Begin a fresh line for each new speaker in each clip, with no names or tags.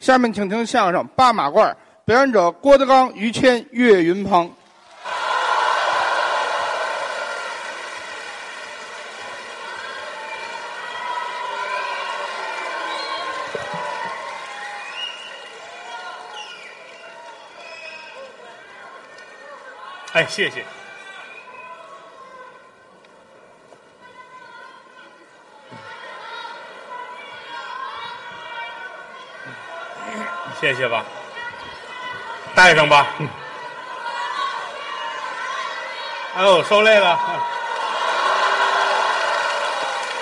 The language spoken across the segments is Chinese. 下面请听相声《八马褂》，表演者郭德纲、于谦、岳云鹏。
哎，谢谢。谢谢吧，带上吧。嗯哎呦，受累了。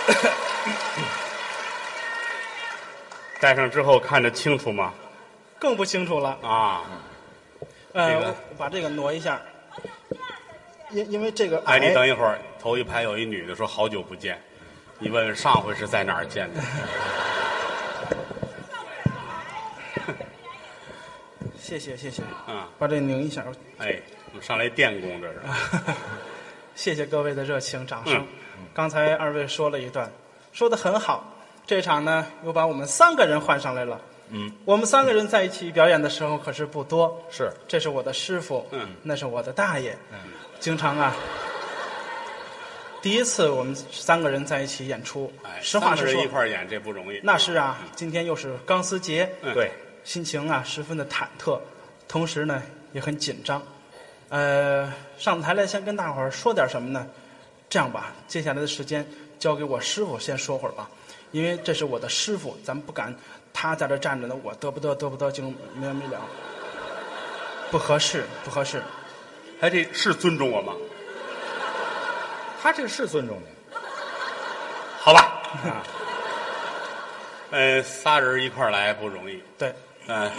戴上之后看着清楚吗？
更不清楚了。
啊，这
呃，
个
我把这个挪一下，因因为这个
哎，
矮，
你等一会儿，头一排有一女的说好久不见，你问问上回是在哪儿见的？
谢谢谢谢，
嗯，
把这拧一下，
哎，我们上来电工这是。
谢谢各位的热情掌声
嗯。
刚才二位说了一段，说的很好。这场呢，又把我们三个人换上来了。
嗯，
我们三个人在一起表演的时候可是不多。
是
这是我的师傅，
嗯，
那是我的大爷，嗯，经常啊。第一次我们三个人在一起演出，
哎，
实话
三
实
个人
说
一，块儿演这不容易。
那是啊，今天又是钢丝节，
嗯
对，
心情啊十分的忐忑，同时呢也很紧张。呃，上台来先跟大伙儿说点什么呢？这样吧，接下来的时间交给我师傅先说会儿吧，因为这是我的师傅，咱们不敢他在这站着呢，我得不得得不得就没完没了，不合适不合适。
哎，这是尊重我吗？
他这个是尊重你，
好吧。 呃，仨人一块儿来不容易。
对，
嗯、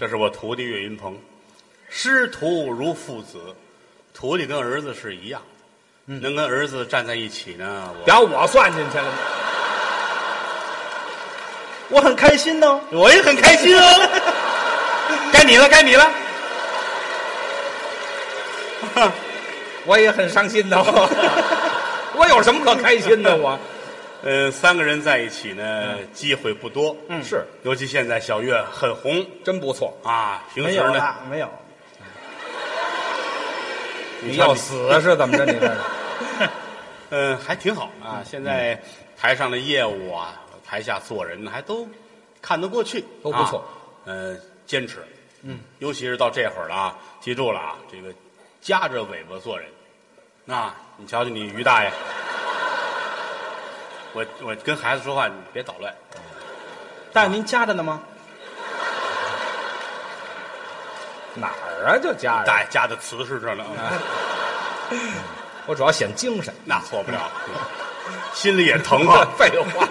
这是我徒弟岳云鹏，师徒如父子，徒弟跟儿子是一样的。能跟儿子站在一起呢，我
把我算进去了。
我很开心呢、
我也很开心哦。 该你了，该你了。
我也很 伤心的，我有什么可开心的？我
呃，三个人在一起呢，机会不多。
嗯
是
尤其现在小岳很红
真不错，
啊，平
没
时
有
呢，
啦，没有，
你
要
看
死了是怎么着？你 这是
嗯，还挺好啊。现在台上的业务啊，台下做人还都看得过去，
都不错
啊。嗯，坚持，嗯，尤其是到这会儿了啊，记住了啊，这个夹着尾巴做人。那你瞧瞧你于大爷， 我我跟孩子说话，你别捣乱。
大爷您夹着呢吗？
哪儿啊？就家人，
大爷哎夹的瓷实着呢，
哎我主要显精神。
那错不了，心里也疼 啊。
废话，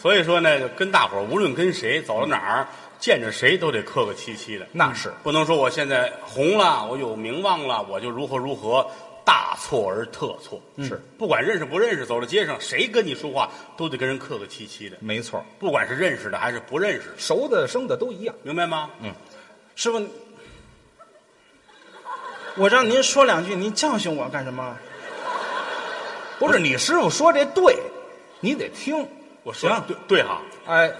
所以说呢，就跟大伙儿无论跟谁走到哪儿，见着谁都得客客气气的。
那是
不能说我现在红了，我有名望了，我就如何如何，大错而特错。
是，
不管认识不认识，走到街上，谁跟你说话都得跟人客客气气的，
没错，
不管是认识的还是不认识的，
熟的生的都一样。
明白吗？
嗯
师傅，我让您说两句，您教训我干什么？
不是你师傅说这对，你得听。
我说
行
对对哈，
哎，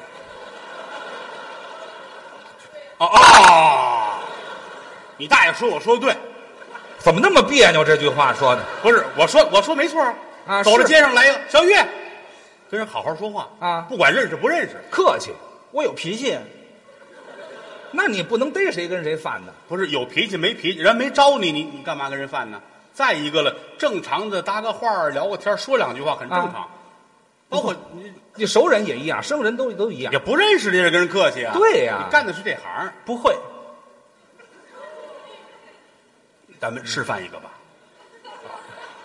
哦哦，你大爷说我说的对，
怎么那么别扭？这句话说的
不是我说我说没错
啊
走到
是
街上来一个小月，跟人好好说话
啊
不管认识不认识，
客气，
我有脾气，
那你不能逮谁跟谁犯呢？
不是有脾气没脾气，人没招你，你你干嘛跟人犯呢？再一个了，正常的搭个话儿聊个天儿说两句话很
啊
正常，包括你
你熟人也一样，生人都都一样
也。不认识的人跟人客气啊。
对呀
你干的是这行儿，
不会，
咱们示范一个吧。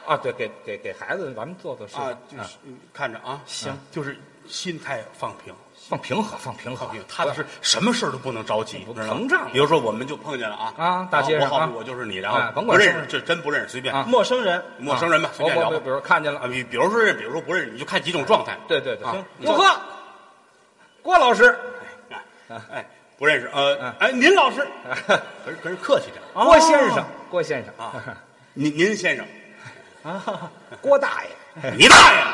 啊，对，给给给孩子，咱们做做示范
啊，就是嗯看着啊，
行
嗯就是心态放平，
放平和，放平和啊
放，平，踏踏实，什么事儿都不能着急，
不
知道吗
膨胀了
比如说，我们就碰见了啊
啊大街上
我好
啊
比我就是你，然后
哎甭
不
管
认
生
识，这真不认识，随便
啊
陌生人，
陌生人吧，随
我
便聊
我
吧
啊比。如看见
啊，
了，
比比如说认识，比如说不认识，你就看几种状态。
对对对，
啊
郭哥，郭老师，
哎，哎，不认识，呃
嗯，啊
哎，您老 师，跟人跟人客气点
哦
郭先生，郭先生
啊， 您您先生，
啊，
郭大爷，
你大爷，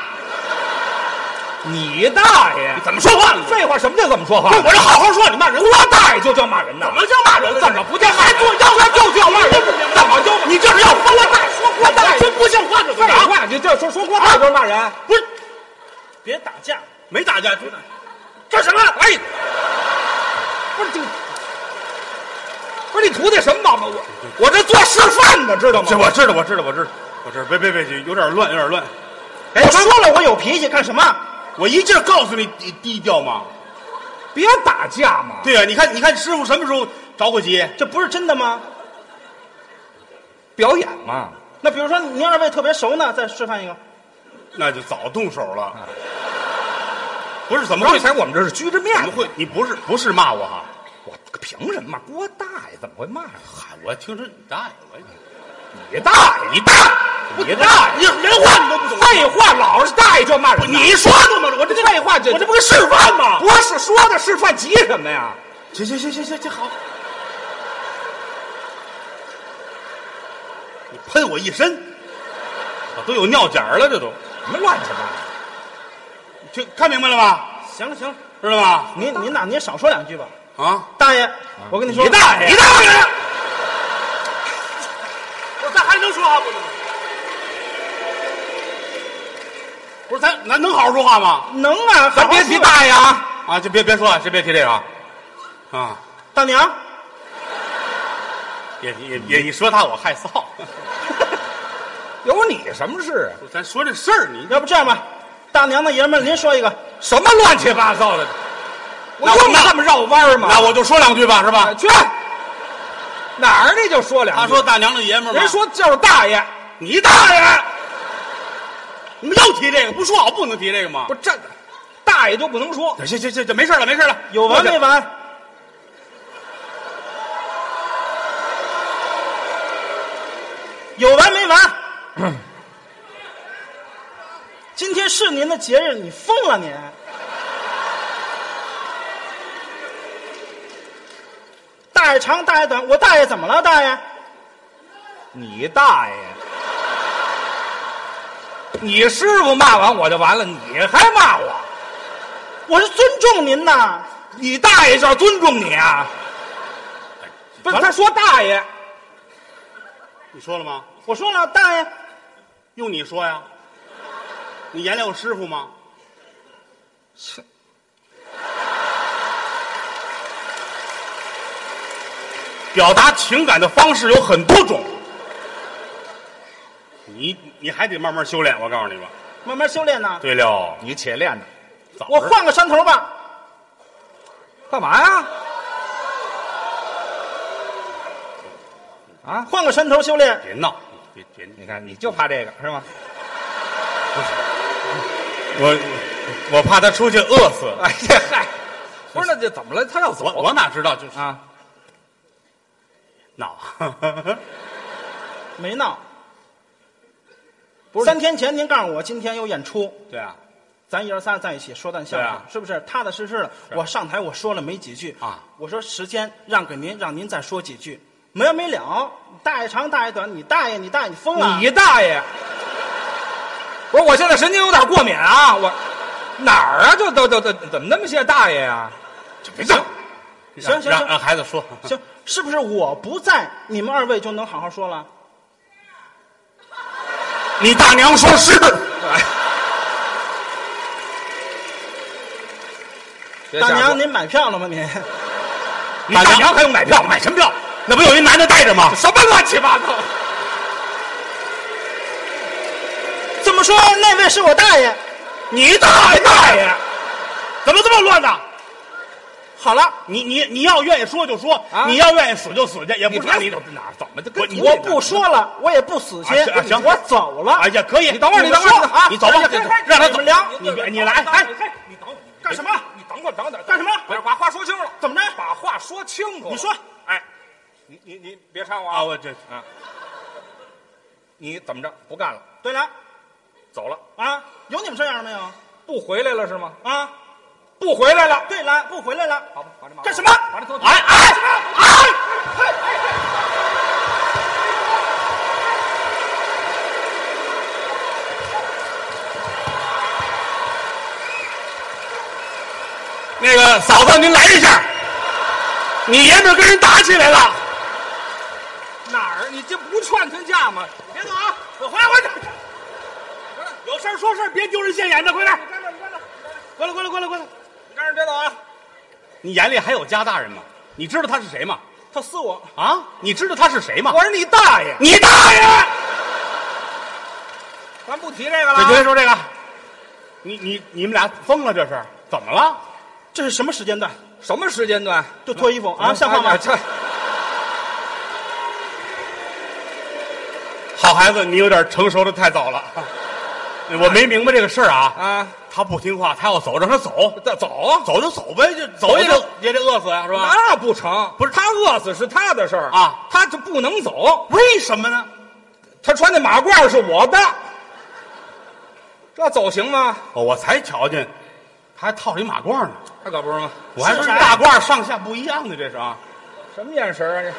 你大爷！
你怎么说话呢？
废话，什么叫怎么说话
不？是，我这好好说，你骂人，
我大爷就叫骂人呐
怎？么叫骂人了？
怎么不叫骂
还
人？
做要
他就叫骂人，怎么就？
你这是要说我大爷说我大爷真不像话，这
废
是啊，
话，你这说说过大就是骂人。
不是
别打架，
没打架，真的这什么？哎，
不是这，不是你徒弟什么毛病？我我这做示范呢，知道吗？
这我知道，我知道，我知道，我知道。别别别，有点乱，有点乱。
哎，我说了我有脾气干什么？
我一劲儿告诉你低低调
啊
嘛。
别打架嘛！
对呀、啊你看，你看师傅什么时候着过急？
这不是真的吗？
表演嘛，
那比如说你要是为特别熟呢，再示范一个。
那就早动手了。不是怎么
刚
会？
才我们这是拘着面
怎么
子。
会？你不是不是骂我哈？
我凭什么骂郭大爷？怎么会骂人？
嗨，我听说你大爷，我
你大爷，你大爷，你大
你
爷！
连话你都不懂，
废话，老是大爷就骂人。
你说的吗？我这
废话，这
我这不是示范吗？
不是说的示范急什么呀？
行行行行行行好。你喷我一身，我都有尿点儿了，这都，
什么乱七八糟？
这看明白了吧？
行了行了，
知道吧？
您您哪您少说两句吧。
啊，
大爷，我跟你说，
你大爷
你大爷！我咱还能说话不能？
不是咱咱能好好说话吗？
能啊，
咱
好
别提大爷啊！
啊，就别别说，先别提这个啊，啊，
大娘，
也也也，你说他我害臊。
有你什么事啊？
咱说这事儿，你
要不这样吧，大娘的爷们儿您说一个，
什么乱七八糟的？我用
那
这么绕弯儿吗？
那我就说两句吧，是吧？
去哪儿你就说两句。
啊他说大娘的爷们儿嘛，
人说就是大爷，
你大爷，你们又提这个，不说好不能提这个吗
不？这大爷就不能说。
行行行行，没事了，没事了，
有完没完？有完没完？今天是您的节日，你疯了你？大爷长，大爷短，我大爷怎么了？大爷，
你大爷！你师傅骂完我就完了，你还骂我？
我是尊重您呐。
你大爷是要尊重你啊！不是，他说大爷，
你说了吗？
我说了，大爷，
用你说呀？你原谅我师傅吗？ 表达情感的方式有很多种，你你还得慢慢修炼。我告诉你吧。
慢慢修炼呐。
对了，
你且练着，
早
我
知道
换个山头吧，
干嘛呀？啊！
换个山头修炼。
别闹，别别闹，
你看，你就怕这个是吗？
我我怕他出去饿死。
哎呀嗨，不是那这怎么了？他要
我
走
我哪知道就是
啊？
闹，啊
没闹。三天前您告诉我今天有演出，
对啊，
咱爷儿仨在一起说段相声，
对啊
是不是？踏踏实实的。我上台我说了没几句
啊，
我说时间让给您，让您再说几句，没完没了。大爷长，大爷短，你大爷，你大爷，你疯了！
你大爷！不是，我现在神经有点过敏啊！我哪儿啊？这都都都怎么那么些大爷啊呀、
就别闹。
行行
让
行
让孩子说。
行，是不是我不在，你们二位就能好好说了？
你大娘说是，
别
大
瞎
娘，
说，
您买票了吗？您
你大娘还用买票？买什么票？那不有一男的带着吗？
什么乱七八糟？
这么说，那位是我大爷。
你大爷大爷，怎么这么乱呢？
好了，
你你你要愿意说就说，
啊
你要愿意死就死去，也
你
不
别
差
你
你
怎么哪怎么就跟
我
我不说了，我也不死心
啊行啊，行
我走了。
哎呀，可以，你
等会儿你等会儿
说
啊
你走吧
哎呀，
让他
你
走
们俩，
你别你来，哎，
哎，你等我，
干什么
你等会儿，等会儿，
干什么
不是把话说清楚了，
怎么着
把话说清楚。
你说，
哎，你你你别掺和
啊，
啊！
我这
你怎么着？不干了，
对了
走了，
啊，有你们这样的没有？
不回来了是吗？
啊，
不回来了。
对了，不回来了。
好吧，把这马
干什么
把这拖走。
哎哎哎，那个嫂子，您来一下。
你爷们儿跟人打起来了。
哪儿？你这不劝劝架吗？
别走啊！我回来，回来。有事儿说事儿，别丢人现眼的。快点，过来，过来，过来，过来。
你让人别走啊！
你眼里还有家大人吗？你知道他是谁吗？
他撕我！
啊，你知道他是谁吗？
我是你大爷！
你大爷！
啊
咱不提这个了
这
啊。
别说这个，你你你们俩疯了这是？怎么了？
这是什么时间段？
什么时间段嗯
就脱衣服啊，像话
放
吗？
这
好孩子，你有点成熟的太早了。 我没明白这个事儿啊。
啊，
他不听话，他要走，让他走，
走啊
走就走呗，就走也
走就
得也得饿死呀，是吧？
那不成，不是他饿死是他的事儿
啊，
他就不能走。
为什么呢？
他穿那马褂是我的，这走行吗？
哦我才瞧见，还套着一马褂呢。
那可不是吗？啊
我还说这大褂上下不一样呢，这是啊。
什么眼神儿啊？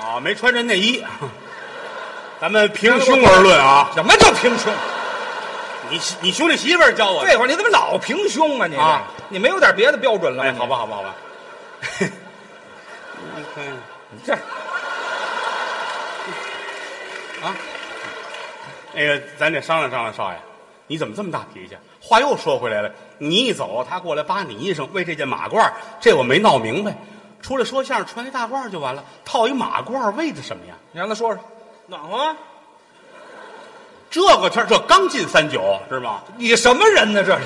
啊，没穿着内衣。 咱们平胸而论啊
这，什么叫平胸？
你你兄弟媳妇儿教我的。
这会儿你怎么老平胸啊你？
啊
你没有点别的标准了吗？
哎，
你
好吧，，好吧，好吧。
你这
那个，哎咱得商量商量，少爷，你怎么这么大脾气？话又说回来了，你一走，他过来扒你衣裳，为这件马褂，这我没闹明白。出来说相声，穿一大褂就完了，套一马褂为的什么呀？
你让他说说，
暖和啊，
这个天儿这刚进三九是吗？
你什么人呢？这是，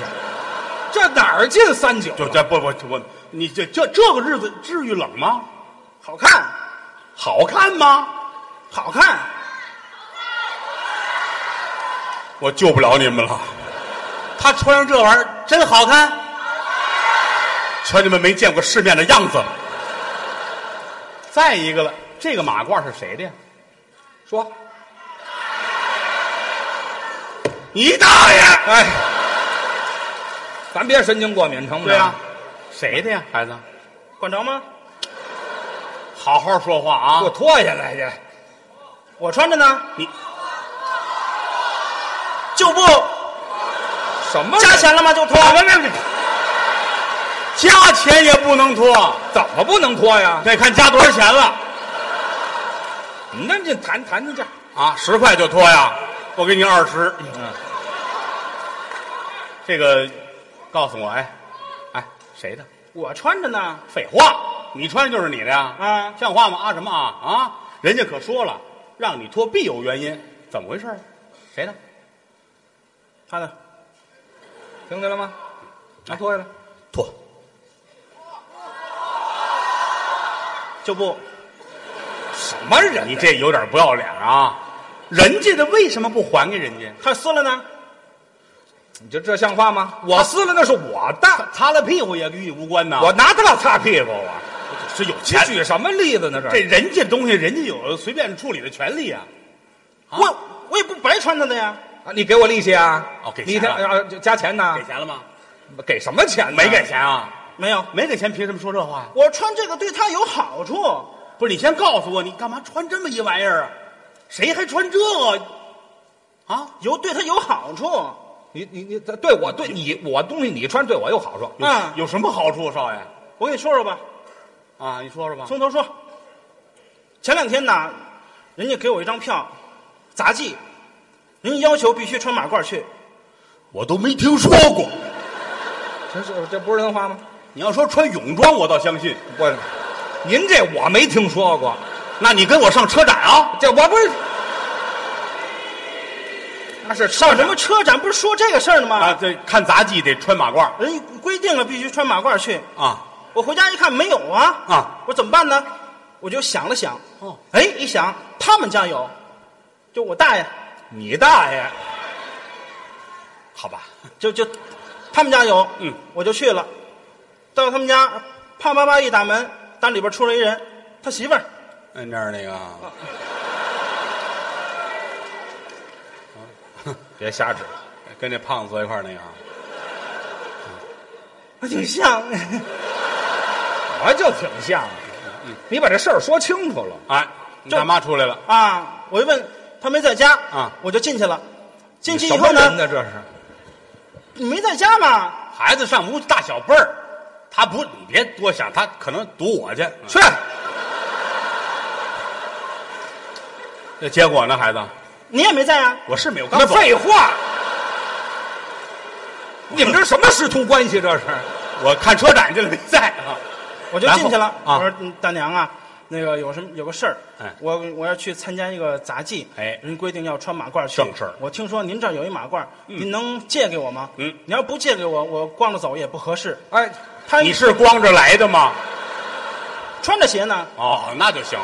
这哪儿进三九？
就这不不我你这这这个日子至于冷吗？
好看，
好看吗？
好看，
我救不了你们了。他穿上这玩意儿真好看，瞧你们没见过世面的样子。再一个了，这个马褂是谁的呀？
说，
你大爷！
哎，咱别神经过敏，成不成？
对呀、啊谁的呀，孩子？
管着吗？
好好说话
给我
啊！
脱下来去。
我穿着呢，
你
就不
什么人
加钱了吗？就脱。
别别别，加钱也不能脱，
怎么不能脱呀？
得看加多少钱了
你那这谈谈一下，
啊！十块就脱呀，我给你二十。这个，告诉我，哎，哎，谁的？
我穿着呢，
废话，你穿的就是你的呀？
啊
像话吗？啊什么啊啊！人家可说了，让你脱必有原因，怎么回事？谁的？
他的
听见了吗？来脱下来，
脱，
就不
什么人
你这有点不要脸啊！人家的为什么不还给人家？
他撕了呢，
啊你就这像话吗？我撕了那是我
擦
的，
擦了屁股也与你无关呐。
我拿得了擦屁股啊？
是有
你
钱，
啊举什么例子呢？这
这人家东西人家有随便处理的权利啊。
我我也不白穿他的呀，
啊你给我利息啊？
哦给
你
钱
这
了
啊就加钱呢？
钱了吗？
给什么钱呢？
没给钱啊？
没有，
没给钱，凭什么说这话呀？
我穿这个对他有好处，
不是你先告诉我，你干嘛穿这么一玩意儿啊？谁还穿这个啊？
有对他有好处，
你你你对我对你我东西你穿对我有好处，
有、
啊
有什么好处，少爷？
我给你说说吧。
啊，你说说吧。
从头说，前两天呢，人家给我一张票，杂技，人家要求必须穿马褂去。
我都没听说过。
这是这不是人话吗？
你要说穿泳装，我倒相信。
我，您这我没听说过，
那你跟我上车展啊？
这我不是，那是
上什么车展不是说这个事儿呢吗？
啊，这看杂技得穿马褂
人家规定了必须穿马褂去。
啊。
我回家一看没有啊，
啊，
我怎么办呢？我就想了想，
哦，
哎，一想他们家有，就我大爷，
你大爷！
好吧，
就就他们家有，
嗯，
我就去了。到他们家，啪啪啪一打门，打里边出来一人，他媳妇儿，
嗯，那儿那个啊
别瞎指，
跟这胖子坐一块儿那个啊，
还挺像。
我就挺像的。你把这事儿说清楚了，
哎，你
这
大妈出来了。
啊，我一问他没在家
啊，
我就进去了。进去以
什
后
么人
呢，
呢？这是
你没在家嘛？
孩子上屋大小辈儿，他不，你别多想，他可能堵我去。
去，
这结果呢，孩子，
你也没在啊？
我是没有刚
那
走，
废话。你们这是什么师徒关系？这是
我看车展去了，没在啊。
我就进去了。
然后啊
我说嗯大娘啊，那个有什么有个事儿，
哎
我我要去参加一个杂技，
哎
人规定要穿马褂去。
正事儿
我听说您这儿有一马褂，您能借给我吗？
嗯，
你要不借给我，我光着走也不合适。
哎，
他
你是光着来的吗？
穿着鞋呢，
哦，那就行，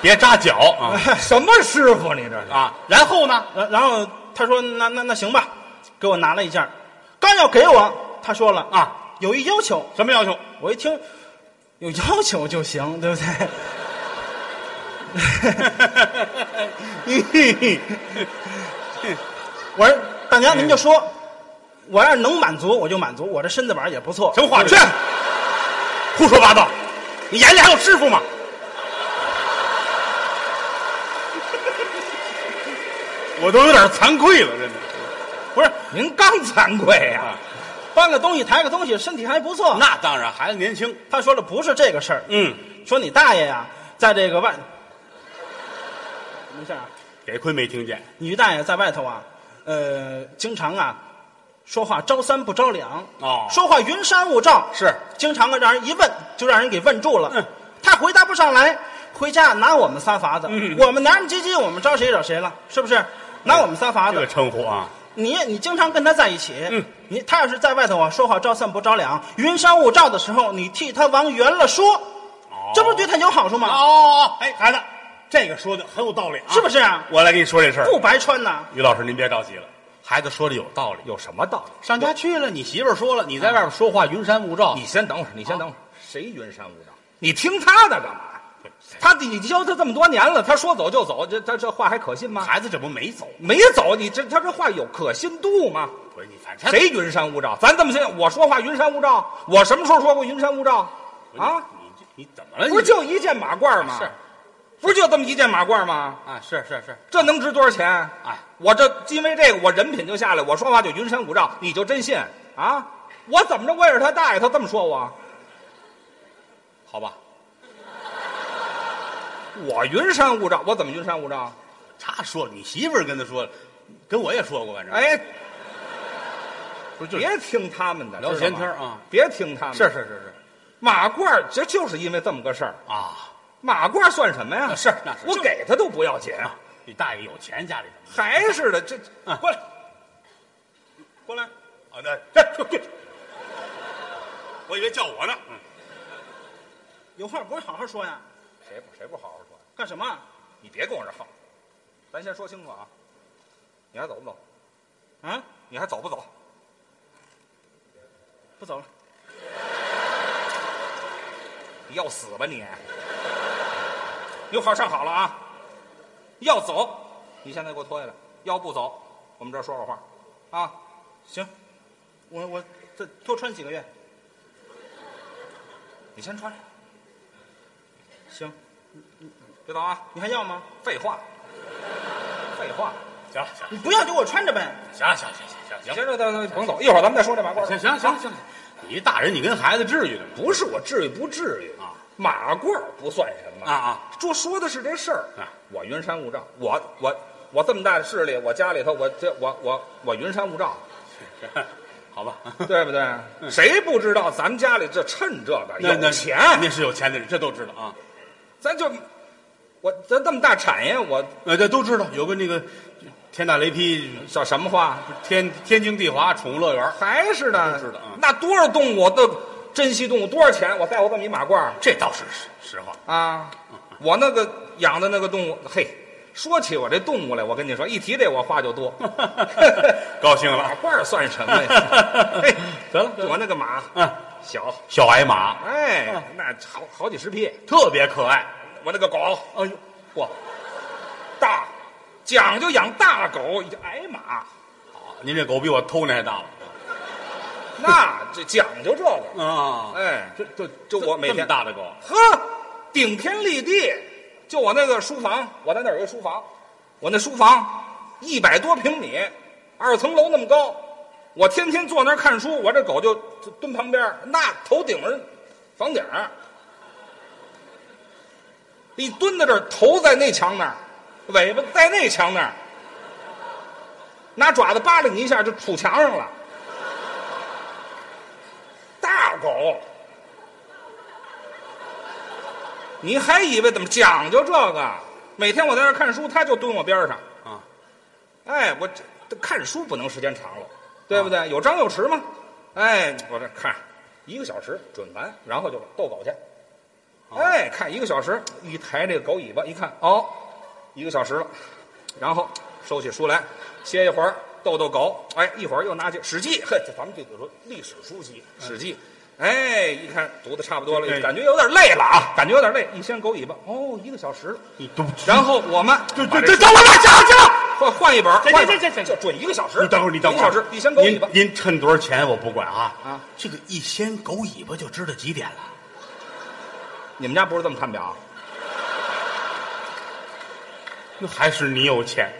别扎脚啊
什么师傅？你这是
啊。然后呢？
呃然然后他说那那那行吧，给我拿了一件儿，刚要给我，他说了
啊，
有一要求，
什么要求？
我一听有要求就行，对不 对？我说大娘，您就说，我要是能满足我就满足，我这身子板儿也不错
什。么话？
去
去，胡说八道！你眼里还有师傅吗？ 我都有点惭愧了，真的。
不是
您刚惭愧呀、
搬个东西抬个东西，身体还不错。
那当然，孩子年轻。
他说了不是这个事儿，
嗯，
说你大爷呀，在这个外，没事儿啊，
得亏没听见。
于大爷在外头啊，呃，经常啊，说话招三不招两，
哦
说话云山雾罩，
是
经常啊让人一问就让人给问住了，
嗯，
他回答不上来，回家拿我们仨法子，
嗯
我们娘们唧唧，我们招谁惹谁了，是不是？拿我们仨法
这
子，
个称呼啊，
你你经常跟他在一起，
嗯，
你他要是在外头啊说话招三不招两，云山雾罩的时候，你替他往圆了说，这不是对他有好处吗？
哦，哎，孩子，这个说的很有道理啊，
是不是啊？
我来跟你说这事儿。
不白穿呐、
于老师，您别着急了，孩子说的有道理。
有什么道理？
上家去了，你媳妇儿说了，你在外边说话云山雾罩，
你先等会儿，你先等会儿，
谁云山雾罩？
哦你听他的干嘛？他你教他这么多年了，他说走就走，这他这话还可信吗？
孩子这不没走？
没走，你这他这话有可信度吗？
不是你反正
谁云山雾罩？咱这么信？我说话云山雾罩？我什么时候说过云山雾罩？啊
啊，？你这你怎么了？
不是
你
就一件马褂吗？
是，
不是就这么一件马褂吗？
啊？是是是，
这能值多少钱？
哎，
我这因为这个，我人品就下来，我说话就云山雾罩，你就真信啊？我怎么着？我也是他大爷，他这么说我，
好吧，
我云山雾罩，我怎么云山雾罩？啊
他说你媳妇儿跟他说了，跟我也说过，反正
哎，
不是就是
别听他们的，
聊
知道
闲
吗
天儿啊，
别听他们的。
是是是是
马褂儿，这就是因为这么个事儿。
啊？
马褂儿算什么呀？
那是那是
我给他都不要紧，啊
你大爷有钱，家里头
还是的，这
啊
过来，过来，
啊，那这这，我以为叫我呢。嗯
有话不会好好说呀？
谁不谁不好好说？
干什么
你别跟我这耗，咱先说清楚啊，你还走不走？
啊？
你还走不走？
不走了，
你要死吧你！有好上好了啊！要走，你现在给我脱下来；要不走，我们这儿说说话，啊！
行，我我再多穿几个月，
你先穿上，
行，
别走啊！
你还要吗？
废话，废话，
行了行
你不要就我穿着呗。
了行了行了行
你
了行
先这等甭走，一会儿咱们再说这马褂。
行行行行，你一大人，你跟孩子至于的吗？
不是我至于不至于
啊，
马褂不算什么
啊啊！
说说的是这事儿
啊，
我云山雾罩，我我我这么大的势力，我家里头我这我我我云山雾 罩，
好吧，
对不对？谁不知道咱们家里这趁这个
那那
有钱，
那是有钱的人，这都知道啊。
咱就我咱这么大产业，我
呃，这都知道，有个那个天打雷劈，
叫什么话？
天天经地华宠物乐园，
还是的，
知道啊
那多少动物都珍稀动物，多少钱？我带我这么一马褂儿
这倒是实实话。
啊，我那个养的那个动物，嘿，说起我这动物来，我跟你说，一提这我话就多。
高兴
马
了，哎
褂儿算什么 呀？嘿，
得了得了
我那个马
嗯，
小，
小矮马
哎，那好好几十匹。
特别可爱，
我那个狗
哎呦，哇，
大，讲究养大狗，矮马，
好您这狗比我偷那还大了
那这讲究这个。
啊！
哎，
这这
这我每
这么
天
大的狗，
呵，顶天立地。就我那个书房，我在那儿有一书房，我那书房一百多平米，二层楼那么高，我天天坐那儿看书，我这狗就就蹲旁边儿，那头顶着房顶儿一蹲在这儿，头在那墙那儿，尾巴在那墙那儿，拿爪子扒拉你一下就杵墙上了。大狗，你还以为怎么讲究这个？每天我在那儿看书，它就蹲我边儿上。
啊，
哎，我这这看书不能时间长了，对不对？有张有弛吗？哎，我这看一个小时准完，然后就逗狗去。哎，看一个小时，一抬这个狗尾巴，一看哦，一个小时了，然后收起书来，歇一会儿，逗逗狗。哎，一会儿又拿起《史记》，呵，这咱们这个说历史书籍，《史记》。哎，一看读的差不多了
对，
感觉有点累了啊，感觉有点累，一掀狗尾巴，哦，一个小时了。
你都
然后我们
这
把
这这等会儿，行行，
换换一本，
行
换一本
行行行
就准一个小时。
你等会儿，你等会儿，
一个小时，一掀狗尾巴。
您您趁多少钱我不管啊
啊，
这个一掀狗尾巴就知道几点了。
你们家不是这么看表啊？
那还是你有钱，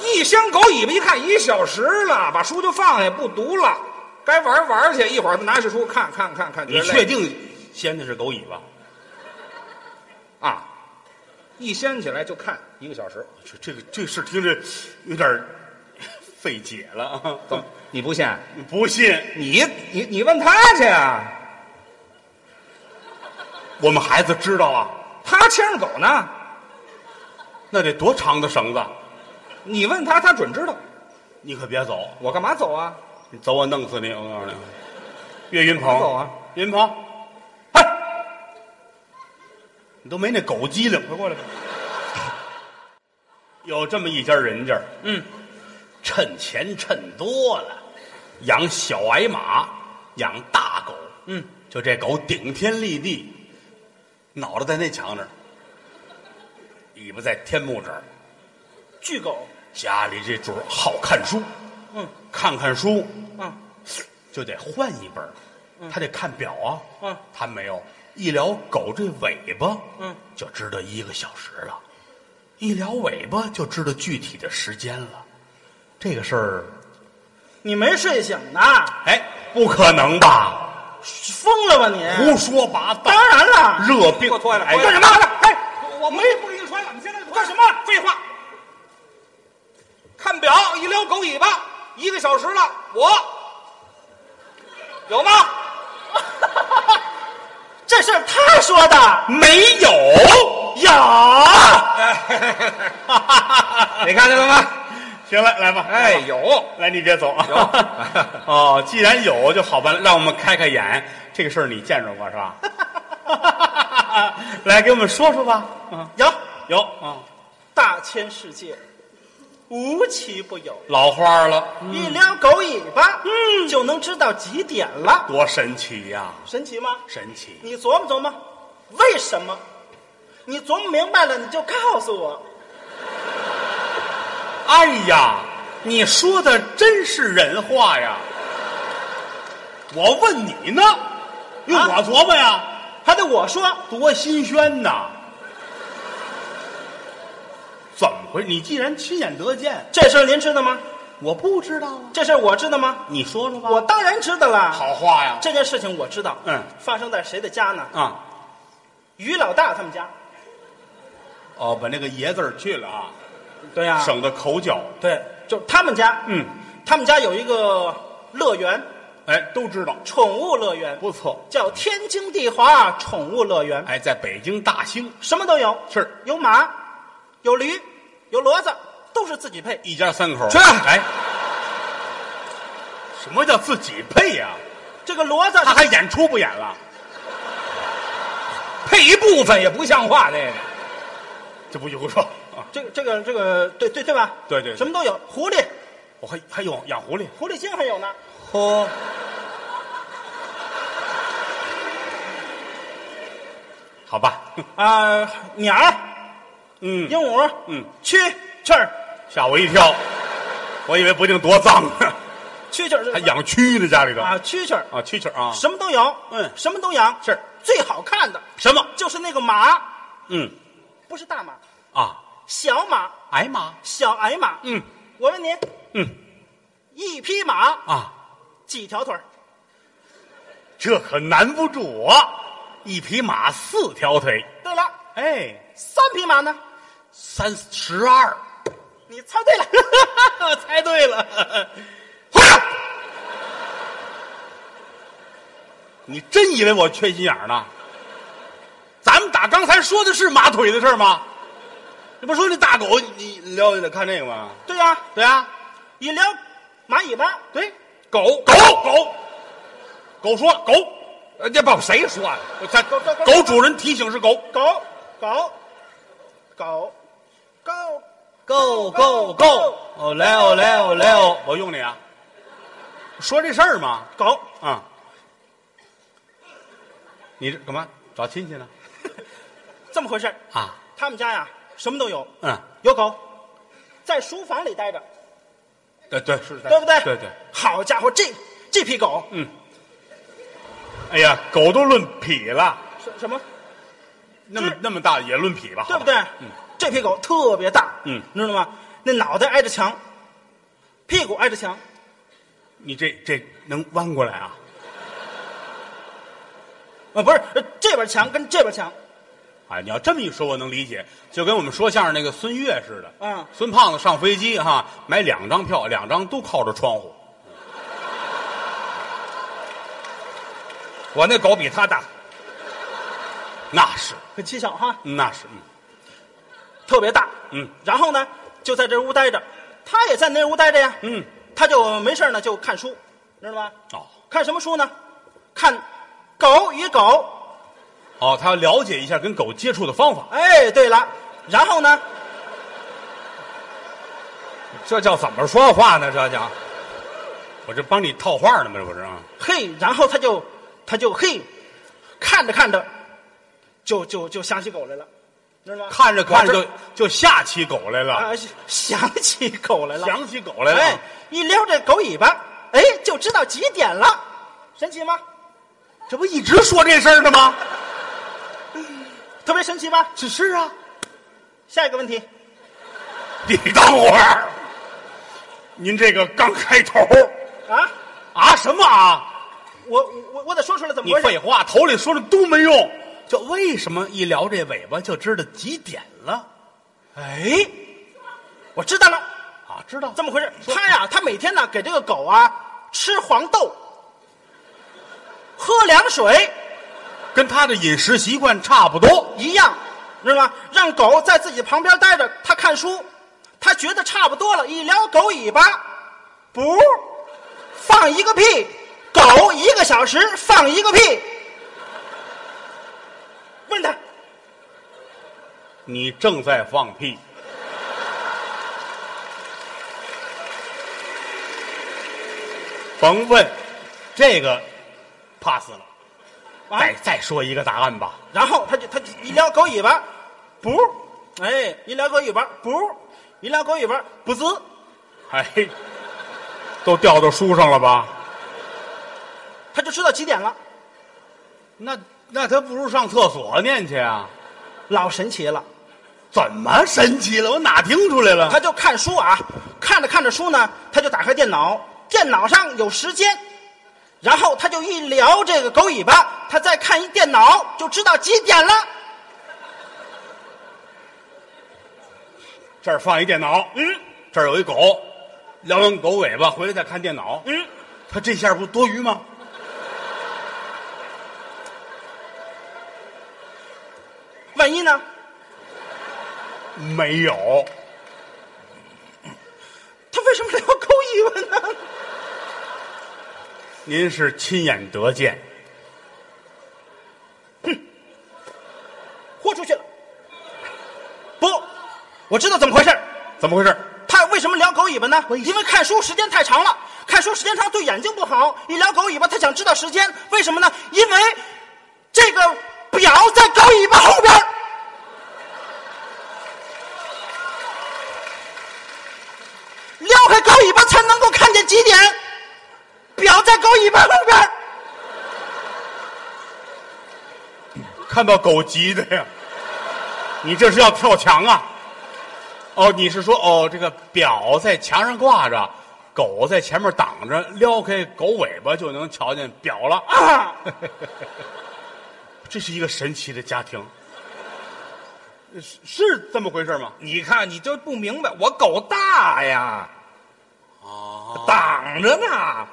一箱狗尾巴一看一小时了，把书就放下不读了，该玩儿玩儿去。一会儿再拿起书看看看看，
你
觉得
确
累
定掀的是狗尾巴？
啊？一掀起来就看一个小时，
这这个这事听着有点儿 费解了啊！
怎么你不信？
不信，
你你你问他去啊，
我们孩子知道啊，
他牵着狗呢，
那得多长的绳子？
你问他他准知道。
你可别走，
我干嘛走啊？
你走我弄死你！我告诉你，岳云
我
鹏，
走啊，
岳云鹏，哎，你都没那狗机灵，快过来吧。 有这么一家人家，嗯，趁钱趁多了，养小矮马，养大狗，嗯，就这狗顶天立地，脑袋在那墙那儿，尾巴在天幕这儿，
巨狗，
家里这主儿好看书，
嗯
看看书，
啊，
就得换一本儿，他得看表啊。
嗯
他没有。一聊狗这尾巴，
嗯，
就知道一个小时了；一聊尾巴就知道具体的时间了。这个事儿，
你没睡醒呢？
哎，不可能吧？
疯了吧你？
胡说八道！
当然哎了，
热病
给我脱下来
哎
脱下
干
来
什么？
哎，我没不给你穿了，你现在
干什么？废话！看表一撩狗尾巴，一个小时了，我有吗？
这事儿他说的。
没有，
有，哎
你看见了吗？
行了，来吧，
哎，
来吧，
有。
来你别走啊
有！
哦，既然有就好办了，让我们开开眼。这个事儿你见着过是吧？ 来，给我们说说吧。嗯，
有，嗯
有啊，
大千世界，无奇不有。
老花儿了，
一撩狗尾巴，嗯，就能知道几点了，
多神奇呀、
神奇吗？
神奇！
你琢磨琢磨，为什么？你琢磨明白了，你就告诉我。
哎呀，你说的真是人话呀！我问你呢，用
啊
我琢磨呀，
还得我说，
多新鲜呐！怎么回事？你既然亲眼得见，
这事儿您知道吗？
我不知道啊。
这事儿我知道吗？
你说说吧。
我当然知道了。
好话呀，
这件事情我知道，
嗯，
发生在谁的家呢？
啊，
于老大他们家。
哦，把那个爷字儿去了啊，
对呀、
省得口角。
对，就是他们家，
嗯，
他们家有一个乐园，
哎，都知道，
宠物乐园，
不错。
叫天津地华宠物乐园，
哎，在北京大兴
什么都有，
是
有马，有驴，有骡子，都是自己配。
一家三口。
去
哎，什么叫自己配呀、
这个骡子
他啊还演出不演了？
配一部分也不像话，这个
这不胡说啊！
这个这个这个对对对吧？
对对对
什么都有，狐狸、
我还还有养狐狸，
狐狸精还有呢，
嚯，好吧，
啊，鸟儿、
嗯
鹦，鹉，
嗯，
蛐蛐儿，
吓我一跳，我以为不定多 脏呢，
蛐蛐儿是
还养蛆呢，家里头
啊，蛐蛐儿，
啊，蛐蛐儿啊，
什么都有，
嗯
什么都养。
是
最好看的
什么？
就是那个马，
嗯
不是大马，
啊，
小马，
矮马，
小矮马。
嗯
我问你，
嗯，
一匹马，
啊，
几条腿儿？
这可难不住我。一匹马四条腿，
对了，
哎，
三匹马呢？
三十 二。
你猜 对了，我猜对了。
你真以为我缺心眼儿呢？咱们打刚才说的是马腿的事儿吗？你不说那大狗，你你了解的看那个吗？
对呀、
对啊，
引流马尾巴，
对，狗狗狗，狗说狗，
呃，这把谁说的？
我看狗主人提醒是狗，
狗狗狗狗，
Go Go Go！哦来哦来哦来哦！我用你啊，说这事儿吗？
狗
啊，你这干嘛找亲戚呢？
这么回事儿
啊，
他们家呀什么都有，
嗯，
有狗，在书房里待着，
对对是，
对不对？
对对。
好家伙，这这批狗，
哎呀，狗都论匹了，
什什么？
那么那么大也论匹吧？
对不对？这批狗特别大，
嗯
你知道吗？那脑袋挨着墙，屁股挨着墙，
你这这能弯过来啊？
啊，不是呃这边墙跟这边墙，
哎，你要这么一说，我能理解，就跟我们说相声那个孙越似的。
嗯
孙胖子上飞机哈，买两张票，两张都靠着窗户。
我那狗比他大，
那是，
很蹊跷哈，
那是，嗯
特别大。
嗯，
然后呢，就在这屋待着，他也在那屋待着呀。
嗯，
他就没事儿呢，就看书，知道吧？
哦。
看什么书呢？看《狗与狗
哦，他要了解一下跟狗接触的方法》。。
哎，对了，然后呢，
这叫怎么说话呢？这叫
我这帮你套话呢吗？这不是啊？
嘿，然后他就他就嘿，看着看着，就就就想起狗来了，知道吗？
看着看着
我
就就下起狗来了，
啊，想起狗来了，
想起狗来了。啊
哎，一撩这狗尾巴，哎，就知道几点了，神奇吗？
这不一直说这事儿呢吗？
特别神奇吧？
只是啊，
下一个问题，
你等会儿，您这个刚开头
啊，
啊什么啊？
我我我得说出来怎
你
么回
废
事？
话，头里说的都没用。就为什么一聊这尾巴就知道几点了
哎，我知道了，
啊？知道
这么回事。他呀，他每天呢给这个狗啊吃黄豆，喝凉水
跟他的饮食习惯差不多。
一样，知道吗？让狗在自己旁边待着，他看书，他觉得差不多了，一撩狗尾巴，不，放一个屁，狗一个小时放一个屁，问他。
你正在放屁。甭问，这个 pass 了。
啊
再再说一个答案吧。
然后他就他就一撩狗尾巴，不，哎，一撩狗尾巴，不，一撩狗尾巴，不滋，
哎，都掉到书上了吧？
他就知道几点了，
那那他不如上厕所念去啊？
老神奇了。
怎么神奇了？我哪听出来了？
他就看书啊，看着看着书呢，他就打开电脑，电脑上有时间，然后他就一撩这个狗尾巴，他再看一电脑就知道几点了。
这儿放一电脑，嗯，这儿有一狗，撩完狗尾巴回来再看电脑，嗯，他这下不多余吗？
万一呢？
没有，
他为什么撩狗尾巴呢？
您是亲眼得见。
豁出去了。不，我知道怎么回事儿。
怎么回事？
他为什么撩狗尾巴呢？因为看书时间太长了，看书时间长对眼睛不好。一撩狗尾巴，他想知道时间，为什么呢？因为这个表在狗尾巴后边儿。撩开狗尾巴才能够看见几点，表在狗尾巴后边儿。
看到狗急的呀！你这是要跳墙啊？哦，你是说哦，这个表在墙上挂着，狗在前面挡着，撩开狗尾巴就能瞧见表了。
啊，
这是一个神奇的家庭，是是这么回事吗？
你看，你就不明白，我狗大呀，哦挡着呢，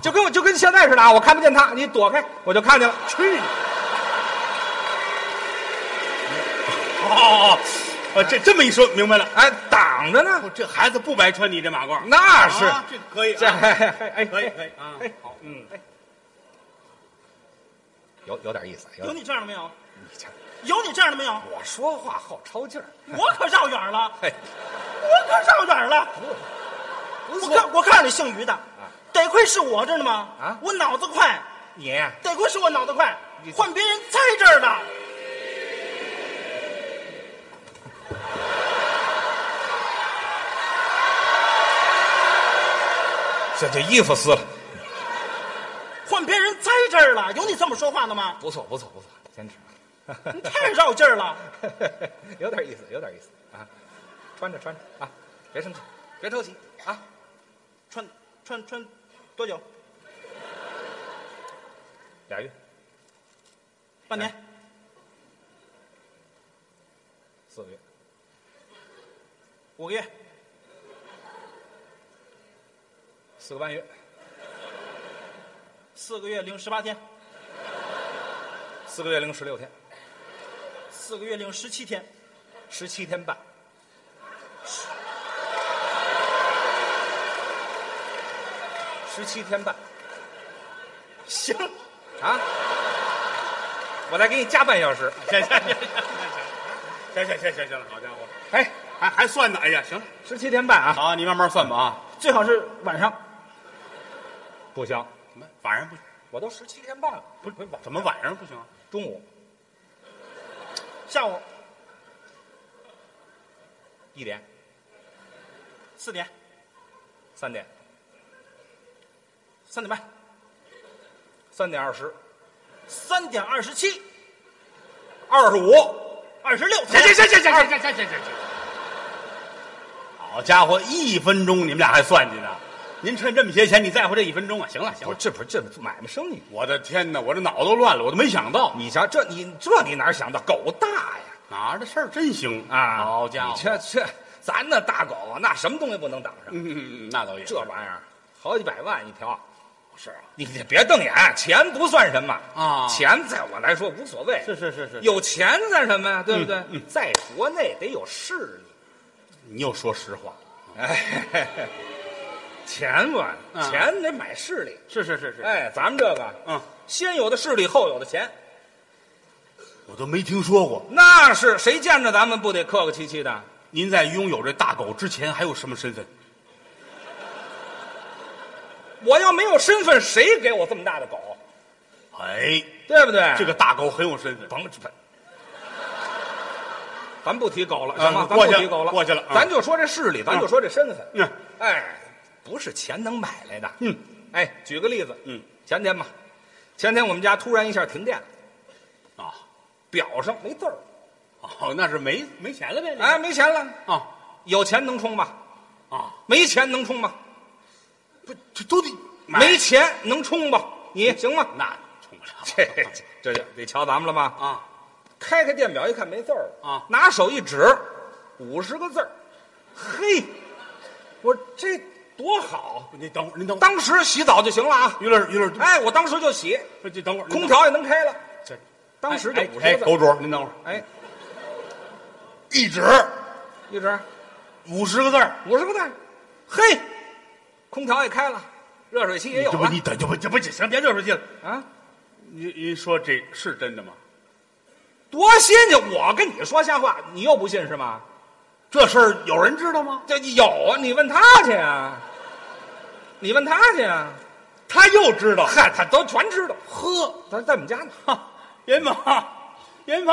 就跟我就跟现在似的，啊，我看不见它，你躲开，我就看见了。
去你！哦，哦，这这么一说明白了，哦
哎，挡着呢，
这孩子不白穿你这马褂。
那是、
啊这可以，
这，
啊
哎哎哎，
可以可以啊
哎，
好，嗯，
有有点意思，有
有
点
你这样的没有？
意思。
有你这样的没 有？
我说话好抄劲儿，
我可绕远了，
嘿，
我可绕远了。
不
我
错
告我告诉你，姓于的，
啊
得亏是我这儿的吗？
啊
我脑子快，
你呀
得亏是我脑子快
你，
换别人猜这儿的。
这这衣服撕了，
换别人栽这儿了，有你这么说话 的吗？
不错不错不错，坚持啊，
你太绕劲儿了。
有点意思，有点意思啊！穿着穿着啊，别生气，别着急啊！
穿穿穿多久？
俩月
半年？
哎
四个月，
五个月？
四个半月，
四个月零十八天？
四个月零十六天，
四个月零十七天？
十七天半，十七天半
行，
啊！我再给你加半小时。
行行行行行行行行行了，好家伙，
哎，
还还算呢，哎呀，行了，
十七天半啊！
好，你慢慢算吧啊，
最好是晚上。
不行，
什么晚上不
我都十七天半了，
不是怎么晚上不行啊？
中午
下午
一点、
四点、
三点、
三点半、
三点二十、
三点二十七、
二十五、
二十六
行行
天。
行行行啊行行行行行。好家伙，一分钟你们俩还算计呢？您趁这么些钱，你在乎这一分钟啊？行了行
不
了
是，，这不是这买卖生意。
我的天哪，我这脑子都乱了，我都没想到
你瞧，这你这你哪儿想到？狗大呀！
哪儿的事儿真行
啊，
好家伙
你，这这咱那大狗啊，那什么东西不能挡上？
嗯，那倒也
这玩意儿好几百万一条，
是啊，
你这别瞪眼，钱不算什么
啊
钱在我来说无所谓，
是是是是，
有钱算什么呀？对不对？
嗯嗯
在国内得有势力，
你又说实话，
哎， 钱吧，
嗯
钱得买势力。
是是是是，
哎，咱们这个
嗯，
先有的势力，后有的钱，
我都没听说过。
那是谁见着咱们不得客客气气的？
您在拥有这大狗之前还有什么身份？
我要没有身份，谁给我这么大的狗？
哎，
对不对？
这个大狗很有身份。
甭甭，咱不提狗了，
啊
行吗？咱
过
不
去
提狗了，
过去了啊
咱就说这势力，咱就说这身份。
嗯，
哎，不是钱能买来的。
嗯，
哎，举个例子，
嗯，
前天吧，前天我们家突然一下停电了，
啊，
表上没字儿，
哦，那是没没钱了呗？
哎，没钱了，
啊
有钱能充吗？
啊，
没钱能充吗？
不，这都得买
没钱能充吧？你行吗？
那充不了。
这这这就得瞧咱们了吧？
啊，
开开电表一看没字儿
啊
拿手一指，五十个字儿，嘿，我说这多好！
您哦等会儿，您等会儿，
当时洗澡就行了啊，
于老师，于老师，
哎，我当时就洗，
不是，这等会儿，您
空
等
调也能开了，
这
当时就
哎
五
哎，
十个字
狗
儿，
主，您等会儿，
哎，
一指
一直
五十个字儿，
五十个字儿，嘿，哎空调也开了，热水器也有
这不
了
你等就不这不行，别热水器了。
啊，
您您说这是真的吗？
多新鲜！我跟你说瞎话，你又不信是吗？
这事儿有人知道吗？
这有啊，你问他去啊，你问他去啊，
他又知道，
嗨，他都全知道，
呵，
咱在我们家呢。
元宝，元宝，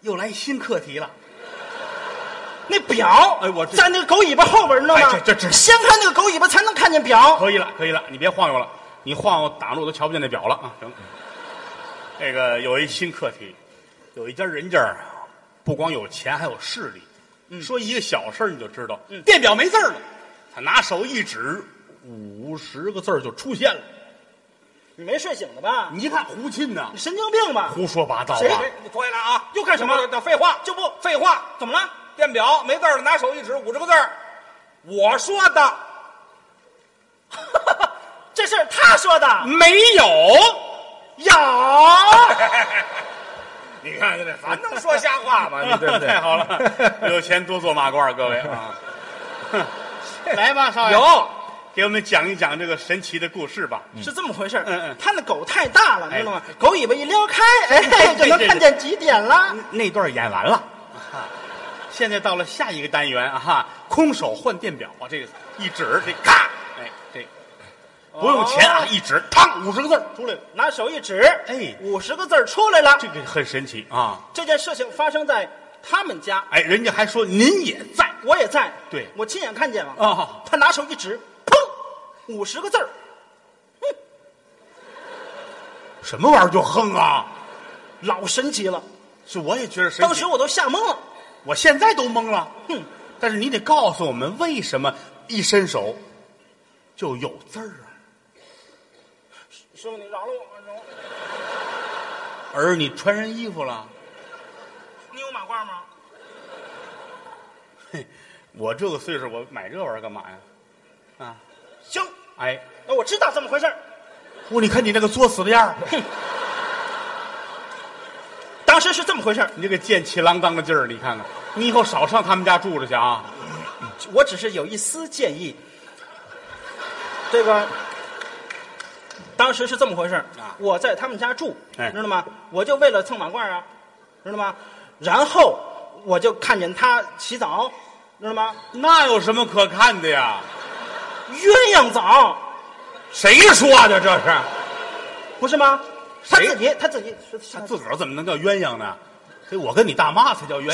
又来新课题 了。
那表，
哎我这
在那个狗尾巴后边，你知道吗？
哎这这这
先看那个狗尾巴，才能看见表。
可以了，可以了，你别晃悠了，你晃悠挡着我都瞧不见那表了啊！行，这个有一新课题，有一家人家儿不光有钱，还有势力，
嗯
说一个小事儿你就知道，电表没字儿了，他拿手一指，五十个字儿就出现了。
你没睡醒的吧？
你一看胡沁呐
你，神经病吧？
胡说八道
谁
啊！
哎，你脱下来啊！
又干什么
那废话
就不
废话，
怎么了？
电表没字儿了，拿手一指，五十个字儿，我说的
这是他说的，
没有。
有。
你看这还能说瞎话吗？你对不对？
啊 太好了，有钱多做马褂儿，各位啊！来吧，少爷，
有
给我们讲一讲这个神奇的故事吧。
是这么回事儿
嗯嗯
他那狗太大了，你知道吗
哎？
狗尾巴一撩开，哎，就能看见几点了。
那段演完了，啊现在到了下一个单元啊哈，空手换电表啊，这个一指这咔，哎，这不用钱啊，一指嘡五十个字儿出来了，
拿手一指，
哎
五十个字儿出来了。
这个很神奇啊！
这件事情发生在他们家，
哎，人家还说您也在
我也在，
对
我亲眼看见了。
啊
他拿手一指，砰，五十个字儿。
什么玩意儿就哼啊？
老神奇了，
是我也觉得神奇，
当时我都吓懵了。
我现在都懵了，
哼，
但是你得告诉我们为什么一伸手就有字儿啊？
师傅，你饶了我，饶了我
而你穿上衣服了，
你有马褂吗？
我这个岁数我买这玩意儿干嘛呀？啊，
行，
哎。
那我知道怎么回事儿。
我你看你那个作死的样儿，
当时是这么回事儿，
你这个贱气郎当的劲儿，你看看，你以后少上他们家住着去啊！
我只是有一丝建议。这个，当时是这么回事儿
啊
我在他们家住，
哎
知道吗？我就为了蹭马褂啊，知道吗？然后我就看见他洗澡，知道吗？
那有什么可看的呀？
鸳鸯澡
谁说的这是？
不是吗？他
谁
自己，他自己，
他自个儿怎么能叫鸳鸯呢？这我跟你大妈才叫鸳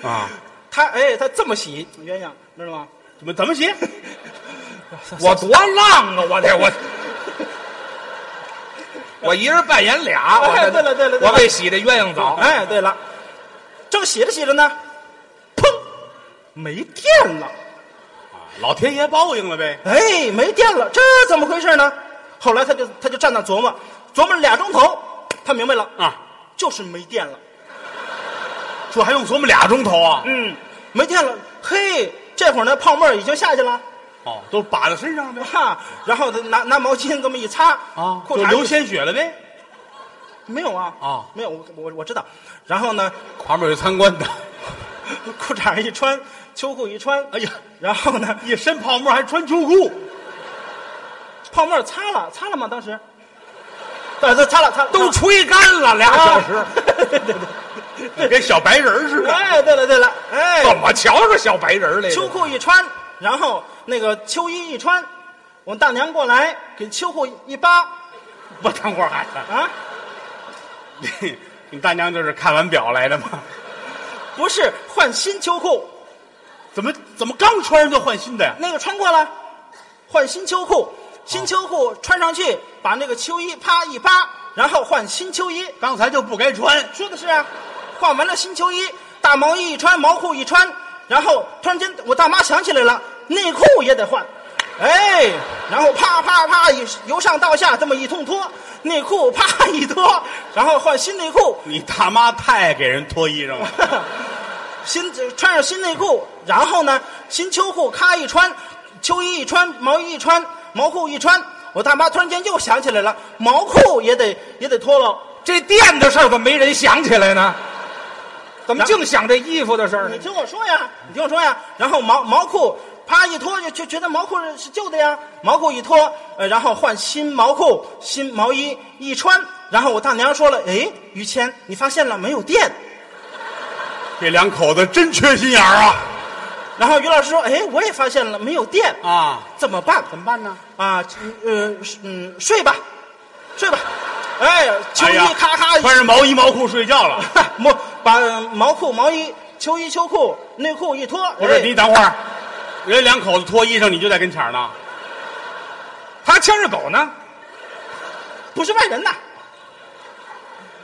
鸯 啊！
他哎，他这么洗鸳鸯，知道吗？
怎么怎么写？
我多浪啊！我得我，我一人扮演俩。我
哎对了对了对了
我被洗的鸳鸯澡。
哎，对了，正洗着洗着呢，砰，没电了。
老天爷报应了呗！
哎，没电了，这怎么回事呢？后来他就他就站那琢磨，琢磨了俩钟头，他明白了，
啊，
就是没电了。
这还用琢磨俩钟头啊？
嗯，没电了，嘿，这会儿呢泡沫已经下去了，
哦，都把在身上呗
哈，然后他拿拿毛巾这么一擦，
啊，
裤
就
衩
流鲜血了呗。
没有啊？
啊
没有，我我我知道。然后呢，
旁边有参观的，
裤衩一穿，秋裤一穿，
哎呀，
然后呢，
一身泡沫还穿秋裤，
泡沫擦了擦了吗？当时，对对，擦了擦了，
都
啊
出
吹干了俩小时，。
对对
跟小白人儿似
对，
的。
哎，对了对了，哎，
怎么瞧着小白人儿来着？
秋裤一穿，然后那个秋衣一穿，我大娘过来给秋裤一扒
不，等会儿孩子，
啊，
你你大娘就是看完表来的吗？
不是换新秋裤，
怎么怎么刚穿上就换新的呀？
那个穿过了，换新秋裤，新秋裤穿上去，把那个秋衣啪一扒，然后换新秋衣，
刚才就不该穿，
说的是啊，换完了新秋衣，大毛衣一穿，毛裤一穿，然后突然间我大妈想起来了，内裤也得换，哎，然后啪啪啪一由上到下这么一通脱，内裤啪一脱，然后换新内裤，
你大妈太给人脱衣裳了。
新穿上新内裤，然后呢，新秋裤咔一穿，秋衣一穿，毛衣一穿，毛裤一穿，我大妈突然间又想起来了，毛裤也得也得脱了。
这电的事儿怎么没人想起来呢？怎么
然
净想这衣服的事儿呢
你？听我说呀，你听我说呀。然后毛毛裤啪一脱，就就觉得毛裤是旧的呀，毛裤一脱，呃，然后换新毛裤、新毛衣一穿。然后我大娘说了，哎，于谦，你发现了没有电？
这两口子真缺心眼儿啊！
然后于老师说，哎，我也发现了没有电，
啊，
怎么办？
怎么办呢？
啊，嗯呃，是嗯，睡吧，睡吧。哎，秋
哎
衣
呀
咔咔一
穿上毛衣毛裤睡觉了。
摸，把呃毛裤、毛衣、秋衣、秋裤、内裤一脱，
不是
哎
你等会儿，人家两口子脱衣裳，你就在跟前儿呢。
他牵着狗呢，
不是外人呐。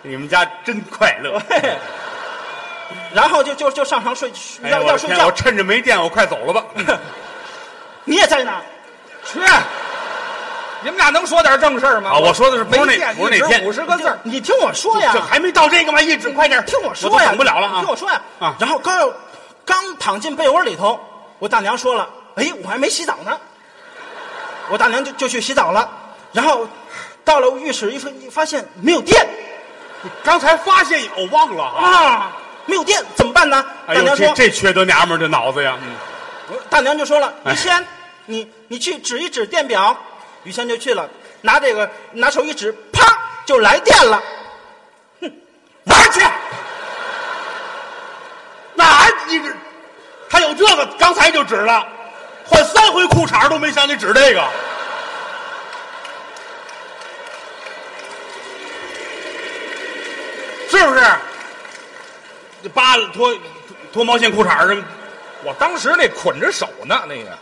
你们家真快乐。
然后就就就上床睡，
哎
要
我
要
的
睡
天！
觉
我。趁着没电，我快走了吧。
你也在那儿，
去，你们俩能说点正事儿吗？
啊我说的是不是那
没见
不是那
一直
天
五十个字儿，
你听我说呀
这，还没到这个吗？一直快点，
听我说
我都
呀，
等不了了
你
啊
听！我说呀，
啊
然后刚要刚躺进被窝里头，我大娘说了，哎，我还没洗澡呢，我大娘就就去洗澡了，然后到了浴室一发发现没有电
刚才发现有，忘了啊。
啊，没有电怎么办呢？
哎
大
呦，
娘
这
说，
这缺德娘们儿这脑子呀！嗯
大娘就说了，
哎
于谦，你你去指一指电表，于谦就去了，拿这个拿手一指，啪就来电了，哼，玩去。
那你这，他有这个，刚才就指了，换三回裤衩都没想你指这个。是不是？这扒了脱脱毛线裤衩什么？
我当时那捆着手呢，那个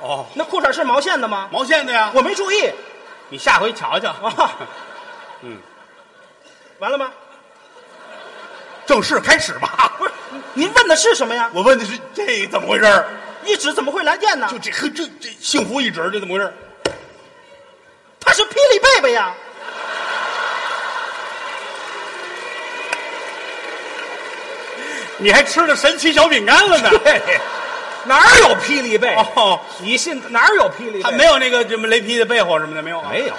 哦，
那裤衩是毛线的吗？
毛线的呀！
我没注意
你下回瞧瞧
啊。
嗯，
完了吗？
正式开始吧。
不是，您问的是什么呀？
我问的是这怎么回事儿？
一指怎么会来电呢
就？这呵这这幸福一指这怎么回事儿？
他是霹雳贝贝呀！
你还吃了神奇小饼干了呢？
哪儿有霹雳贝？
哦，
你信哪儿有霹雳贝？
他没有那个什么雷劈的被窝什么的没有啊？
没有，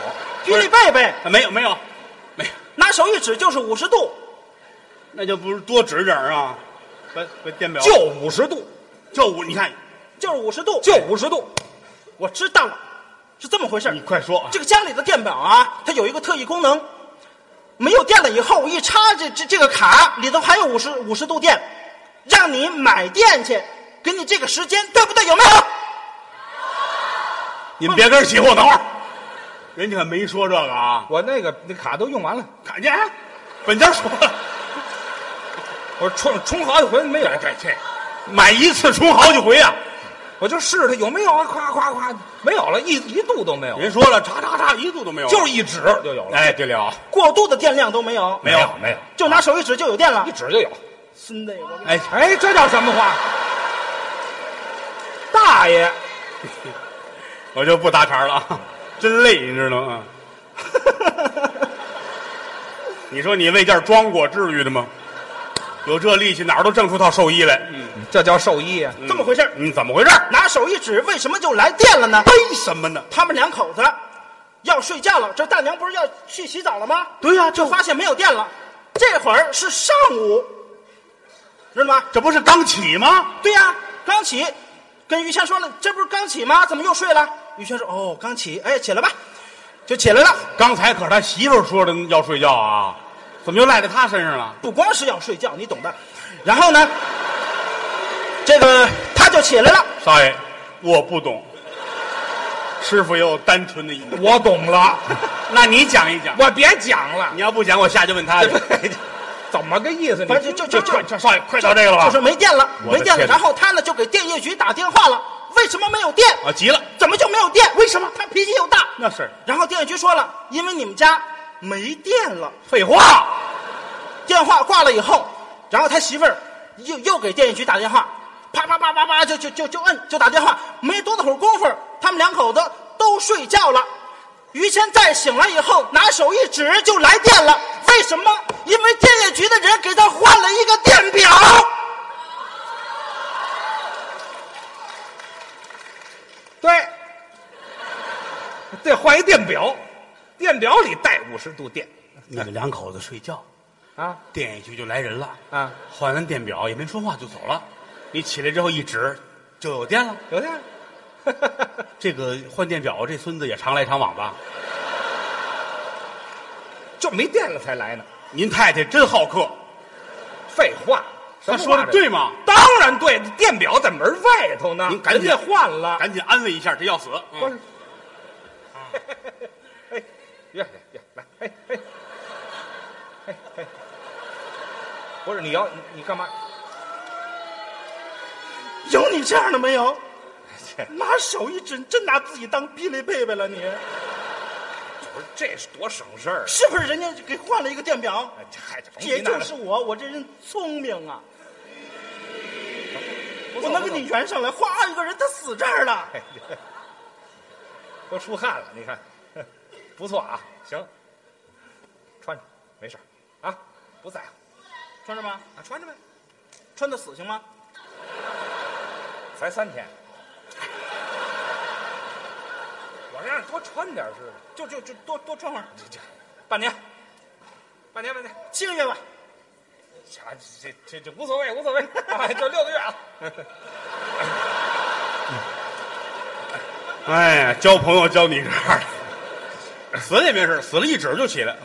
霹雳贝贝
啊，没有没有，没有，
拿手一指就是五十度，
那就不是多指点儿啊，把把电表
就五十度，
就我你看
就是五十度。
就五十度。
我知道了，是这么回事儿
你。快说啊，
这个家里的电表啊，它有一个特异功能，没有电了以后，我一插这这这个卡里头还有五十五十度电，让你买电去，给你这个时间，对不对？有没有？
你们别跟人起哄，等会儿，人家可没说这个啊，
我那个那卡都用完了，
看见啊本家说了，
我充充好几回没有，
对对，买一次充好几回啊，
我就试它有没有啊，夸夸夸，没有了，一一度都没有，
人说了，叉叉叉一度都没有，
就是一指就有了，
哎，对了，
过度的电量都没有，
没有没有，
就拿哎手一指就有电了
一。指就有。
孙子，我
哎，
哎，这叫什么话？大爷，
我就不搭茬了啊，真累，你知道吗？ 你说你为件装过，至于的吗？有这力气，哪儿都挣出套寿衣来。嗯，
这叫兽医呀、
这么回事儿
你怎么回事儿？
拿手一指，为什么就来电了呢？
为什么呢？
他们两口子要睡觉了，这大娘不是要去洗澡了吗？
对呀
就发现没有电了。这会儿是上午，知道吗？
这不是刚起吗？
对呀、刚起，跟于谦说了，这不是刚起吗？怎么又睡了？于谦说：“哦，刚起，哎，起来吧，就起来了。
刚才可是他媳妇儿说的要睡觉啊，怎么又赖在他身上了？
不光是要睡觉，你懂的。然后呢，这个他就起来了。
少爷，我不懂。师傅也有单纯的一面，
我懂了，
那你讲一讲。
我别讲了，
你要不讲，我下去问 他去。
怎么个意思？
反
你
正就
这
就就
这这少爷，快到这个了
就
吧
是？没电了，
我的
没电了。
天哪
然后他呢就给电业局打电话了，为什么没有电？
啊，急了，
怎么就没有电？为什么？他脾气又大。
那是
然后电业局说了，因为你们家没电了。
废话。
电话挂了以后，然后他媳妇儿又又给电业局打电话，啪啪啪啪啪就就就就摁就打电话。没多大会儿功夫，他们两口子都睡觉了。于谦再醒来以后，拿手一指就来电了。为什么？因为电业局的人给他换了一个电表。
对，对，换一电表，电表里带五十度电
你们两口子睡觉，
啊
电业局就来人了。
啊，
换完电表也没说话就走了。你起来之后一指，就有电了。
有电。
这个换电表，这孙子也常来常往吧？
就没电了才来呢。
您太太真好客，
废话，什
她
么
说
话
的
这
对？吗？
当然对，电表在门外头呢。
您赶紧
人家换了。
赶紧安慰一下，这要死。
不是，哎，呀呀，来，哎哎，哎哎，不是你要你你干嘛？
有你这样的没有？拿手一指，你真拿自己当霹雳贝贝了你？
不是这是多省事儿啊！
是不是人家给换了一个电表？
哎嗨，这甭提
这
那
就
了
是我，我这人聪明啊！
不错
我能给
不错
你圆上来，哗，一个人他死这儿了。
都出汗了，你看，不错啊，行，穿着没事儿啊，不在乎
穿着吗？
啊，穿着呗，
穿的死行吗？
才三天，我让人多穿点儿似的，
就就就多多穿会儿，
这这
半年
半年半年，
七个月吧。
啊，这这这这无所谓无 所谓，啊就六个月啊，
哎呀，交朋友交你这儿的，死了也没事，死了一指就起来，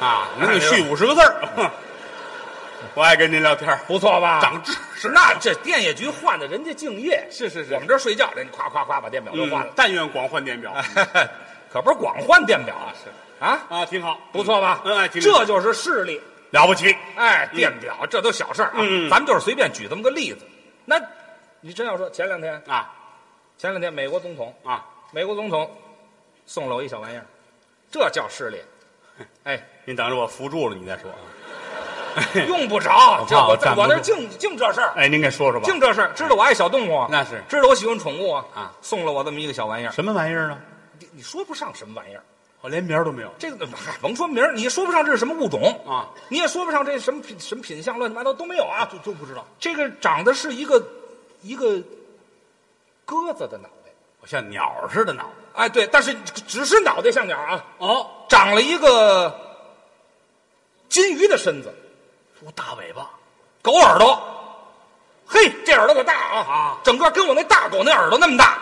啊，能给
哎
续五十个字
嗯
儿。 我爱跟您聊天儿，
不错吧
长知识。
那这电业局换的人家敬业，
是是是
我们这儿睡觉，人家夸夸夸把电表都换
嗯
了，，
但愿广换电表
可不是光换电表啊，嗯是啊，
啊，挺好，
不错吧？
嗯，哎挺
这就是势力。
了不起。
哎，电表这都小事儿啊，
嗯嗯
咱们就是随便举这么个例子。那，你真要说前两天，
啊
前两天美国总统，
啊，
美国总统送了我一小玩意儿，这叫势力。哎，
您等着我扶住了你再说。啊
用不着，这
嗯我
我
站不
我那
住
净净这事儿，
哎，您给说说吧，
净这事儿。知道我爱小动物啊，
那是
知道我喜欢宠物啊，
啊，
送了我这么一个小玩意儿，
什么玩意儿啊？
你你说不上什么玩意儿。
我连名儿都没有。
这个嗨甭说名儿，你说不上这是什么物种
啊，
你也说不上这什么品什么品相，乱七八糟都没有啊，就就不知道。这个长得是一个一个鸽子的脑袋，
我像鸟儿似的脑袋。
哎，对，但是只是脑袋像鸟啊，
哦，
长了一个金鱼的身子，
我大尾巴。
狗耳朵，嘿，这耳朵可大啊
啊
整个跟我那大狗那耳朵那么大，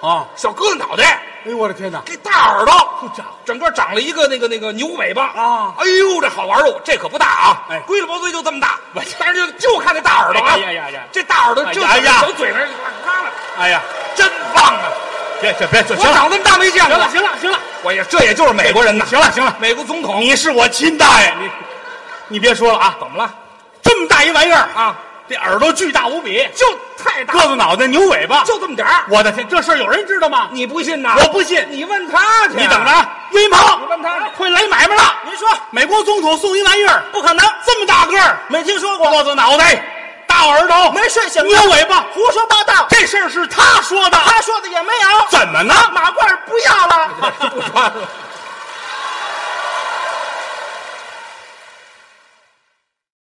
啊！
小鸽子脑袋，
哎呦我的天哪！
这大耳朵，
好家伙
整个长了一个那个那个牛尾巴
啊
哎呦，这好玩儿哦，这可不大啊！
哎
龟了包堆就这么大，但是就就看这大耳朵啊！
哎呀呀呀
这大耳朵就
哎呀呀
小嘴那儿嘎了，
哎呀，
真棒啊！
别别别，行
我
了
长这么大没见过，
行了行了行了，
我也这也就是美国人呐。
行了行了，
美国总统
你是我亲大爷，你你别说了啊，
怎么了？
这么大一玩意儿
啊，
这耳朵巨大无比，
就太大，
鸽子脑袋牛尾巴，
就这么点儿，
我的天，这事儿有人知道吗？
你不信呐？
我不信
你问他去，
你等着，啊，威猛，
你问他
会来买卖了。
您说
美国总统送一玩意儿，
不可能，
这么大个儿，
没听说过，
鸽子脑袋，大耳朵，
没睡醒，
牛尾巴，
胡说八道。
这事儿是他说的，
他说的也没有，
怎么呢？
马褂儿不要了，
不穿了。